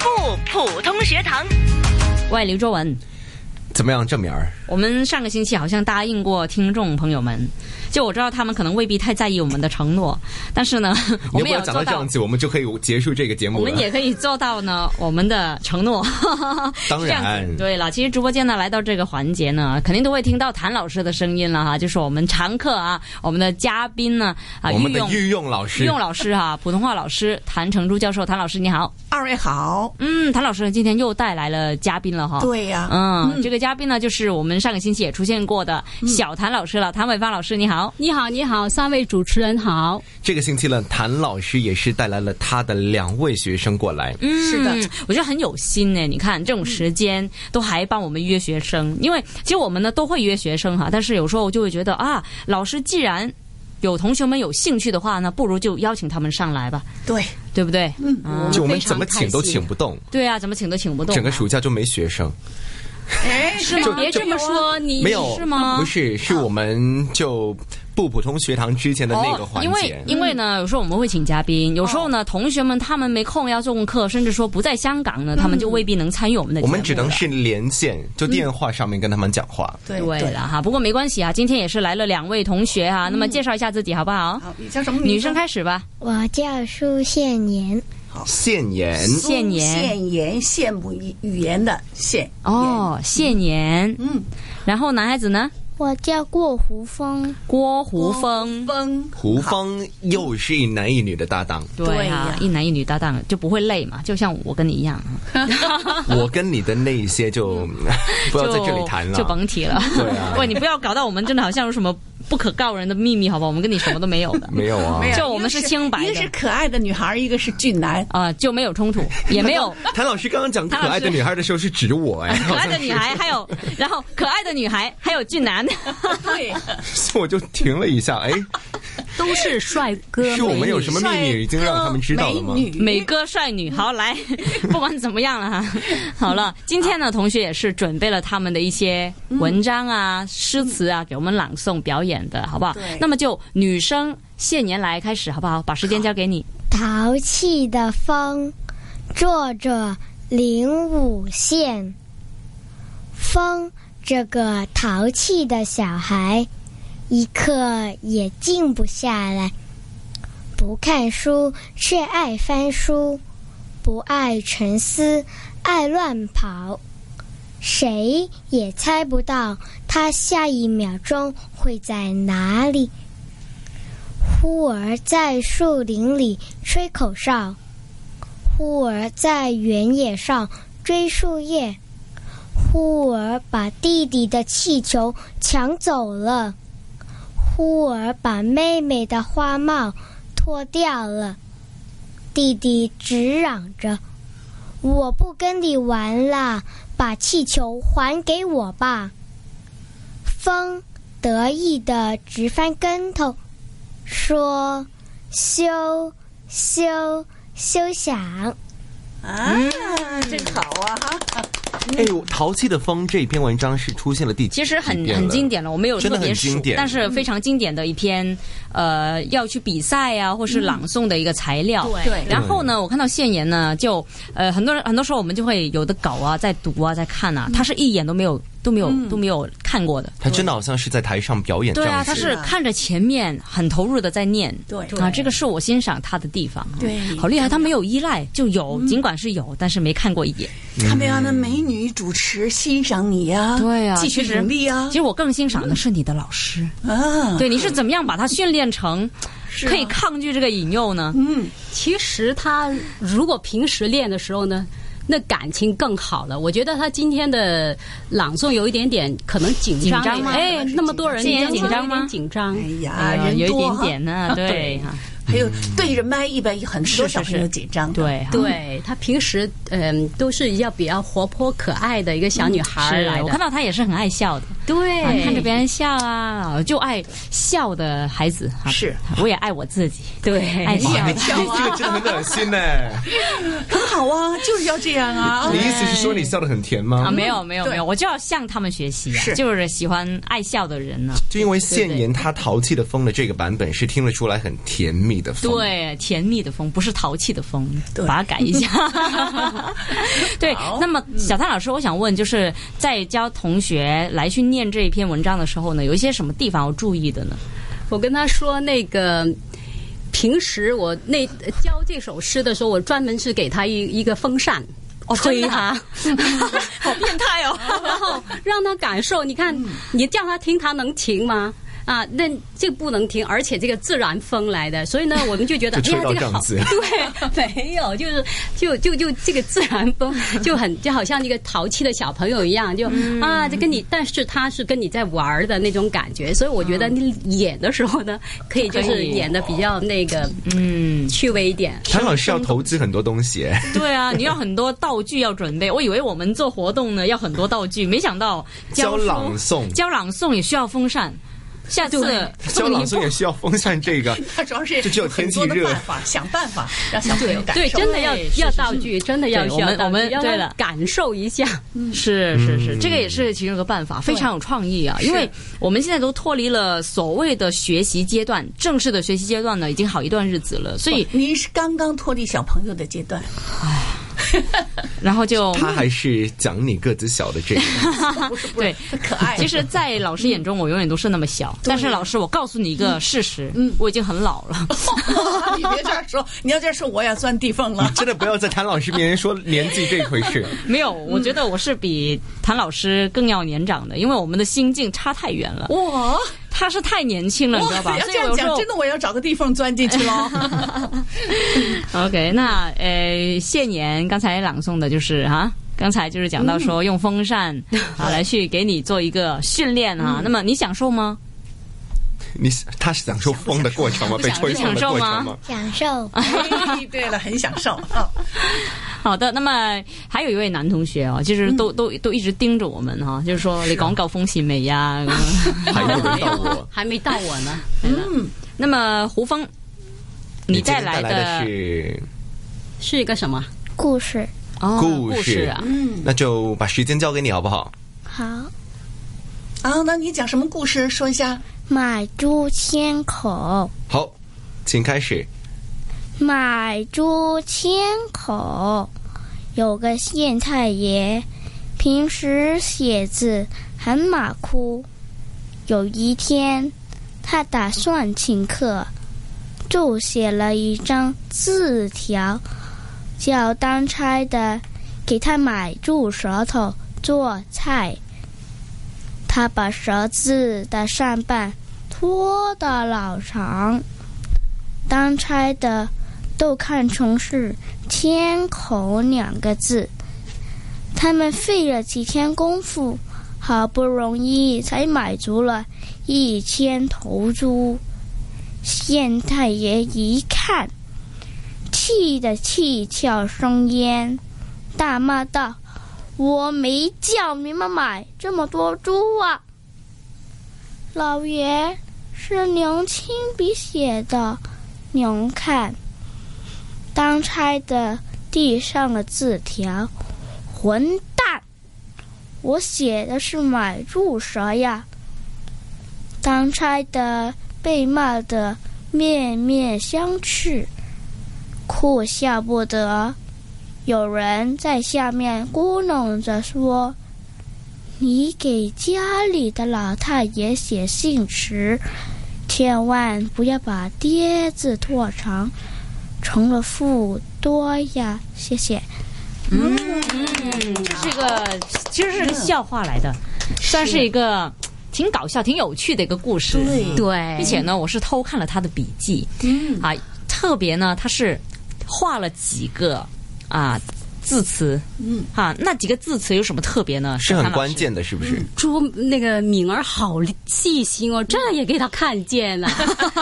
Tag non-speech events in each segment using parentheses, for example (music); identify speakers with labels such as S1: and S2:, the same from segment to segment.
S1: 普通学堂。
S2: 喂，刘卓文，
S3: 怎么样，正面儿？
S2: 我们上个星期好像答应过听众朋友们，就我知道他们可能未必太在意我们的承诺，但是
S3: (laughs)
S2: 呢，我
S3: 你
S2: 们
S3: 不
S2: 也
S3: 要
S2: 有
S3: 讲
S2: 做
S3: 到这
S2: 到
S3: 样。子，我们就可以结束这个节目
S2: 我
S3: 了。
S2: 们也可以做到呢，我们的承诺。
S3: (laughs) 当
S2: 是这样
S3: 然
S2: 子，对了，其实直播间呢，来到这个环节呢，肯定都会听到谭老师的声音了哈，就是我们常客啊，我们的嘉宾呢啊，
S3: 我们的
S2: 御用
S3: 御用老师
S2: 御用老师哈、普通话老师谭成珠教授，谭老师你好。
S4: 二位好，
S2: 嗯，谭老师今天又带来了嘉宾了哈。。
S4: 对呀、
S5: 啊
S2: 嗯，这个嘉宾呢，就是我们上个星期也出现过的小谭老师了，谭伟芳老师，你好。
S5: 嗯你好，你好，三位主持人好。
S3: 这个星期呢，谭老师也是带来了他的两位学生过来。
S2: 嗯，
S4: 是的，
S2: 我觉得很有心呢。你看这种时间都还帮我们约学生，因为其实我们呢都会约学生哈，但是有时候我就会觉得啊，老师既然有同学们有兴趣的话呢，不如就邀请他们上来吧，
S4: 对，
S2: 对不对？嗯，
S3: 就我们
S5: 非常
S3: 怎么请都
S5: 开心
S3: 请不动，
S2: 对啊，怎么请都请不动啊、
S3: 整个暑假就没学生。
S4: 哎，
S5: 是吗？别这么说，你
S3: 没有
S2: 是吗
S3: 不是，是我们就不普通学堂之前的那个
S2: 哦，
S3: 环
S2: 因为
S3: 节。
S2: 因为呢，有时候我们会请嘉宾，有时候呢，同学们他们没空要做功课，甚至说不在香港呢，他们就未必能参与我们的节
S3: 我
S2: 目了。
S3: 们只能是连线，就电话上面跟他们讲话。
S4: 对
S2: 对嗯
S4: 对。
S2: 了哈，不过没关系啊，今天也是来了两位同学哈、那么介绍一下自己好不好？
S4: 好，你叫什么名字？
S2: 女生开始吧，
S6: 我叫苏宪言，
S3: 现言，
S4: 苏
S2: 现言
S4: 现言，羡慕语语言的现。
S2: 哦，谢年。
S4: 嗯，
S2: 然后男孩子呢，
S6: 我叫过胡峰，
S2: 郭胡峰。
S4: 风
S3: 胡芳又是一男一女的搭档，
S2: 对啊，
S4: 对呀
S2: 一男一女搭档就不会累嘛，就像我跟你一样，啊
S3: 我跟你的那一些就不要
S2: 嗯就
S3: 在这里谈了，
S2: 就甭提了。
S3: 对啊
S2: (laughs) 喂，你不要搞到我们真的好像有什么不可告人的秘密，好不好？我们跟你什么都没有 (laughs) 的。
S3: 没有啊，
S4: 没有
S2: 就我们
S4: 哎一个
S2: 是清白的
S4: 一个是可爱的女孩，一个是俊男。
S2: 啊、就没有冲
S3: (laughs)
S2: 突，也没有
S3: 谭老师刚刚讲可
S2: 谭老师
S3: 爱的女孩的时候是指我
S2: (laughs)
S3: 哎，
S2: 可爱的女孩，还有然后可爱的女孩，还有俊
S3: (laughs)
S2: 男，
S4: 对，
S3: 所以我就停了一下，哎，
S2: 嗯
S5: 都是帅哥美女。
S3: 是我们有什么秘密已经让他们知道了吗
S4: 美？女，
S2: 美哥帅女，好来，
S3: (laughs)
S2: 不管怎么样了哈，好了，今天呢，同学也是准备了他们的一些文章啊、诗词啊，给我们朗诵表演的，好不好
S4: 对？
S2: 那么就女生谢年来开始，好不好？把时间交给你。
S6: 淘气的风，作者林武宪。风这个淘气的小孩，一刻也静不下来，不看书却爱翻书，不爱沉思，爱乱跑。谁也猜不到他下一秒钟会在哪里。忽而在树林里吹口哨，忽而在原野上追树叶，忽而把弟弟的气球抢走了，忽而把妹妹的花帽脱掉了。弟弟直嚷着：“我不跟你玩啦，把气球还给我吧！”风得意的直翻跟头。说休休休想。
S4: 啊，真好啊！哈
S3: 哎，我淘气的风这篇文章是出现了第
S2: 其实很
S3: 几遍了
S2: 很经典了，我没有
S3: 真的
S2: 特
S3: 很
S2: 别数
S3: 经，典
S2: 但是非常经典的一篇，呃，要去比赛啊，或是
S3: 嗯
S2: 朗诵的一个材料。
S5: 对
S4: 对
S2: 然后呢，我看到现言呢，就呃，很多人很多时候我们就会有的搞啊，在读啊，在看啊，他是一眼都没有都没有、都没有看过的。
S3: 他真的好像是在台上表演这
S2: 嗯对啊，
S3: 样
S2: 他
S3: 子。
S2: 是看着前面很投入的在念。
S4: 对
S2: 啊，这个是我欣赏他的地方。啊
S4: 对
S2: 好厉害，他没有依赖，就有，尽管是有，但是没看过一眼。
S4: 看没有？那美女主持欣赏你呀，
S2: 对啊嗯
S4: 继续
S2: 其实
S4: 努力啊
S2: 其！实我更欣赏的是你的老师。
S4: 啊，
S2: 对，你是怎么样把它训练成可以抗拒这个引诱呢？
S5: 其实他如果平时练的时候呢，那感情更好了。我觉得他今天的朗诵有一点点可能紧张，
S2: 紧张吗
S5: 哎，那么多人，
S2: 今天
S5: 你
S2: 紧张吗
S5: 有点紧张
S4: 哎。呀，
S2: 哎呀
S4: 人
S2: 有一点
S4: 多 (laughs) 哈，
S2: 点呢， (laughs) 对哈，
S4: 还有对着麦一般很多
S2: 是
S4: 小朋友
S2: 是
S4: 紧张的。
S2: 对哈。啊
S5: 对他平时嗯、都是要比较活泼可爱的一个小女孩儿
S2: 是
S5: 来
S2: 我看
S5: 的，
S2: 到他也是很爱笑的，
S5: 对
S2: 啊看着别人笑啊，就爱笑的孩子。啊
S4: 是，
S2: 我也爱我自己，
S5: 对，
S2: 爱笑
S3: 哇，。你这个这个真的很恶心呢。
S4: 很好啊，就是要这样啊
S3: 你。意思是说你笑得很甜
S2: (laughs) 啊，
S3: 吗？
S2: 没有没有
S4: 对
S2: 没有，我就要向他们学习啊，
S4: 是
S2: 就是喜欢爱笑的人呢、
S3: 就因为现言他淘气的风的这个版本是听得出来很甜蜜的风。，
S2: 对，甜蜜的风不是淘气的风，
S4: 对
S2: 把它改一 (laughs) 下。对，
S4: 好
S2: 那么小探老师，我想问，就是在教同学来去念这一篇文章的时候呢，有一些什么地方要注意的呢？
S5: 我跟他说那个。平时我那教这首诗的时候，我专门是给他一一个风扇，
S2: 真
S5: 吹
S2: 的
S5: 他
S2: 啊， (laughs) 好变态哦！
S5: (laughs) 然后让他感受。你看，你叫他听，他能听吗？啊，那这不能听，而且这个自然风来的，所以呢，我们就觉
S3: (laughs)
S5: 得，哎
S3: 就吹
S5: 呀，
S3: 到
S5: 这个好
S3: 杠，子
S2: (laughs)
S5: 对，没有，就是就就就这个自然风就很就好像一个淘气的小朋友一样，就、
S2: 嗯
S5: 啊，就跟你，但是他是跟你在玩儿的那种感觉，所以我觉得你演的时候呢，可以就
S2: 嗯可
S5: 是
S2: 以
S5: 演的比较那个
S2: 嗯，
S5: 趣味一点。
S3: 谭老师要投资很多东西，
S2: 对啊，你要很多道具要准备。我以为我们做活动呢要很多道具，没想到
S3: 教
S2: 书
S3: 朗诵，
S2: 教朗诵也需要风扇。下次
S3: 教朗诵也需要风扇
S2: (laughs)
S3: 这个。
S4: 他 (laughs) 主要是
S3: 这只有天气
S4: 很多的
S3: 热
S4: 办法，想办法让小朋友感
S5: 对，
S4: 受。
S5: 真的要
S2: 对是
S5: 要
S2: 是
S5: 道具，真的要
S2: 对
S5: 需
S2: 我
S5: 要
S2: 们
S5: 道
S2: 我们
S5: 具，要
S2: 对
S5: 让
S2: 了
S5: 感受一下。
S2: 是是是，
S3: 嗯
S2: 这个也是其中一个办法，非常有创意啊！因为我们现在都脱离了所谓的学习阶段，正式的学习阶段呢，已经好一段日子了，所以
S4: (laughs) 您是刚刚脱离小朋友的
S2: (laughs)
S4: 阶段，
S2: 然后就
S3: 他还是讲你个子小的这个，
S4: 不是不是
S2: 对，
S4: 他可
S2: 嗯
S4: 爱。
S2: 其实，在老师眼中，我永远都是那么小。但是老师，我告诉你一个事实，
S4: 嗯
S2: 我已经很老
S4: (laughs)
S2: 了。
S4: (laughs) 你别这样
S2: (laughs)
S4: 说，你要这样说，我要钻地缝了。
S3: 真的不要在谭老师面前说年纪这回事。
S2: 没有，我觉得我是比谭老师更要年长的，因为我们的心境差太远了。
S5: (laughs)
S4: 哇，
S2: 他是太年轻了，你知道吧
S4: 哇，？要
S2: 所以
S4: 这样
S2: 有时
S4: 讲，
S2: 候
S4: 真的我要找个地缝钻进去喽。
S2: (laughs) OK，那呃，现言刚才朗诵的就是哈。刚才就是讲到说用风扇、啊来去给你做一个训练啊，那么你享受吗？
S3: (laughs) 你他是享受风的过程吗？被吹风
S2: 享
S3: 的过程
S2: 受
S3: 吗
S2: 吗？
S6: 享受。
S4: 哎对了，很享受啊。
S2: 好的，那么还有一位男同学哦，就是都、都都一直盯着我们哈、就是说你讲够风行没呀？ (laughs)
S3: 还不轮到我。
S5: 还没到我呢。
S2: 那么胡峰， (laughs) 你
S3: 今
S2: 带
S3: 天带
S2: 来
S3: 来是
S5: 是一个什么？
S6: 故事
S2: 哦
S3: 故事
S2: 事啊？
S3: 那就把时间交给你好不好？
S6: 好，
S4: 啊，那你讲什么故事？说一下。
S6: 买猪牵口，
S3: 好，请开始。
S6: 买猪牵口。有个县太爷，平时写字很马虎。有一天，他打算请客，就写了一张字条，叫当差的给他买猪舌头做菜。他把舌字的上半拖得老长，当差的都看成是“天口”两个字。他们费了几天功夫，好不容易才买足了一千头猪。县太爷一看，气得气窍生烟，大骂道：“我没叫你们买这么多猪啊！”老爷是娘亲笔写的，娘看。当差的递上了字条，混蛋！我写的是买猪舌呀！当差的被骂得面面相觑，哭笑不得。有人在下面咕哝着说：“你给家里的老太爷写信时，千万不要把‘爹’字拖长，成了‘富多’呀。”谢谢。
S2: 这个其实是笑话来的，算是一个挺搞笑、挺有趣的一个故事。
S4: 对
S5: 对
S2: 并且呢，我是偷看了他的笔记，嗯啊，特别呢，他是画了几个啊字词，嗯啊，那几个字词有什么特别呢？
S3: 是很
S2: 沈老师
S3: 关。键的，是不是？
S5: 朱那个敏儿好细心哦，这也给他看见 (laughs) 了。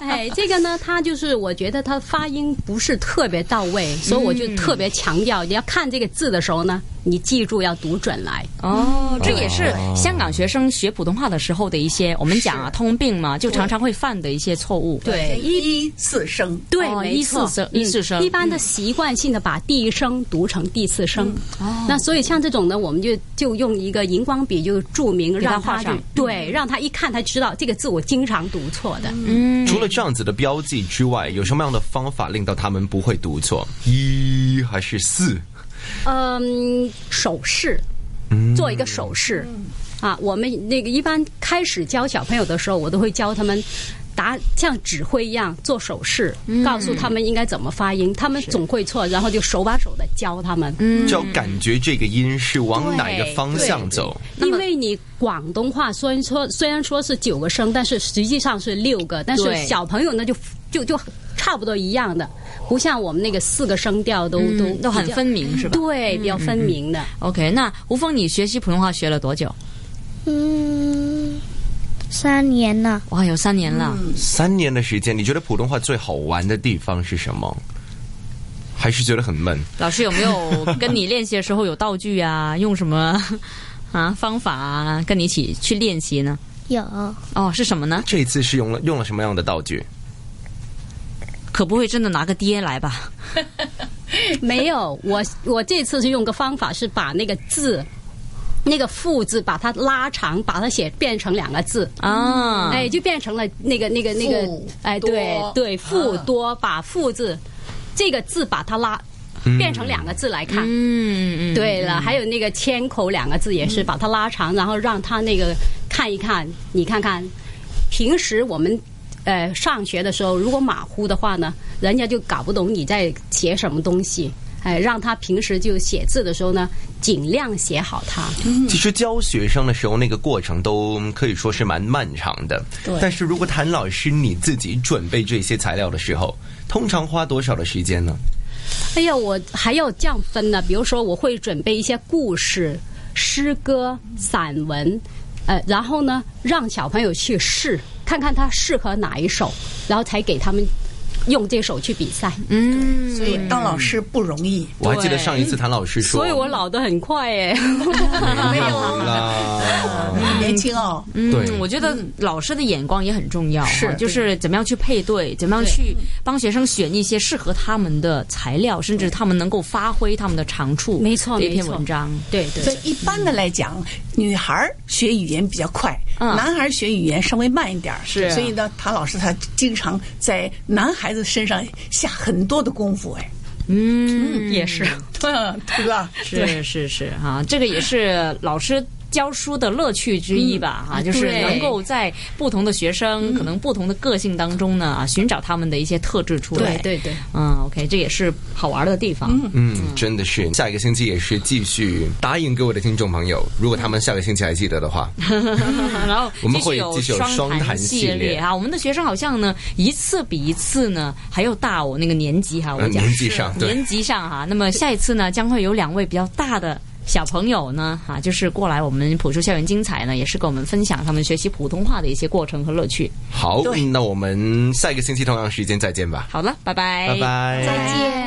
S5: 哎，这个呢，他就是我觉嗯得他发音不是特别到位，所以我就特别强调，你要看这个字的时候呢，你记住要读准来。
S2: 哦，这也是香港学生学普通话的时候的一些我们讲啊通病嘛，就常常会犯的一些错误。
S5: 对
S4: 一四声，
S5: 对，
S2: 哦
S5: 没
S2: 一
S5: 错，
S2: 四声
S5: 嗯
S2: 一四声
S5: 一般的习惯性的把第一声读成第四声。哦，那所以像这种呢，我们就就用一个荧光笔就注明，
S2: 给它
S5: 让
S2: 画
S5: 他就
S2: 上
S5: 对，让他一看他知道这个字我经常读错的。
S2: 嗯
S3: 除了这样子的标记之外，有什么样的方法令到他们不会读错？一还是四？
S5: 嗯，手势，做一个手势。啊，我们那个一般开始教小朋友的时候，我都会教他们打像指挥一样做手势，
S2: 嗯
S5: 告诉他们应该怎么发音，他们总会错，然后就手把手的教他们。嗯，
S3: 就要感觉这个音是往哪个方向走。
S5: 因为你广东话虽然说虽然说是九个声，但是实际上是六个，但是
S2: 对
S5: 小朋友呢就就就差不多一样的，不像我们那个四个声调都、都
S2: 嗯都嗯很
S5: 比较
S2: 分明是吧
S5: 对，比较分明的。
S2: OK，那吴峰，你学习普通话学了多久？
S6: 嗯，三年了，
S2: 哇，有三年了。
S3: 三年的时间，你觉得普通话最好玩的地方是什么？还是觉得很闷？
S2: (laughs) 老师有没有跟你练习的时候有道具啊？用什么啊方法啊跟你一起去练习呢？
S6: 有
S2: 哦，是什么呢？
S3: 这一次是用了用了什么样的道具？
S2: 可不会真的拿个爹来吧？
S5: 没有，我我这次是用个方法，是把那个字，那个“父”字，把它拉长，把它写变成两个字。
S2: 啊，
S5: 哎，就变成了那个那个那个
S4: 父，
S5: 哎，对
S4: 多
S5: 对，父多把父字这个字把它拉变成两个字来看。
S2: 嗯，嗯，
S5: 对了，还有那个千口两个字也是把它拉长，然后让它那个看一看，你看看，平时我们呃上学的时候，如果马虎的话呢，人家就搞不懂你在写什么东西。哎，让他平时就写字的时候呢，尽量写好它。
S3: 其实教学生的时候，那个过程都嗯可以说是蛮漫长的。但是如果谭老师你自己准备这些材料的时候，通常花多少的时间呢？
S5: 哎呀，我还要这样分呢。比如说，我会准备一些故事、诗歌、散文，呃，然后呢，让小朋友去试，看看他适合哪一首，然后才给他们用这首去比赛。
S2: 嗯
S4: 所以当老师不容易。
S3: 我还记得上一次谭老师说，
S5: 所以我老得很快哎。
S4: 没
S2: (laughs)
S4: 有，
S3: 啦，
S2: 嗯
S4: 年轻哦，
S3: 对
S2: 嗯，我觉得老师的眼光也很重要，
S5: 是
S2: 哈就是怎么样去配对，怎么样去帮学生选一些适合他们的材料，甚至他们能够发挥他们的长处。
S5: 没错
S2: 的一篇
S5: 没错
S2: 文章。
S5: (laughs) 对对
S4: 所以一般的来讲，女孩儿学语言比较快，
S2: 嗯
S4: 男孩儿学语言稍微慢一点儿。
S2: 是
S4: 所以呢，唐老师他经常在男孩子身上下很多的功夫，哎，
S2: 嗯，也是，
S4: 嗯 (laughs) 对吧？
S2: 是是是哈，这个也是老师。教书的乐趣之一吧，哈、就是
S5: 嗯对嗯
S2: 能够在不同的学生、可能不同的个性当中呢，啊，寻找他们的一些特质出来。
S5: 对对对，
S2: 嗯，OK，这也是好玩的地方。
S3: 嗯，真的是。下一个星期也是继续答应各位的听众朋友，如果他们下个星期还记得的话，
S2: (laughs) 然后
S3: 我们会
S2: 有
S3: 继续有
S2: 双
S3: 双
S2: 弹
S3: 弹系
S2: 系列
S3: 列
S2: 啊，我们的学生好像呢一次比一次呢还要大哦，那个年级哈，我
S3: 呃
S2: 讲
S3: 年纪上
S2: 是
S3: 对
S2: 年级上哈、那么下一次呢，将会有两位比较大的。小朋友呢，啊，就是过来我们普出校园精彩呢，也是跟我们分享他们学习普通话的一些过程和乐趣。
S3: 好
S4: 对，
S3: 那我们下一个星期同样时间再见吧，
S2: 好了，拜拜，
S3: 拜拜。
S6: 再见。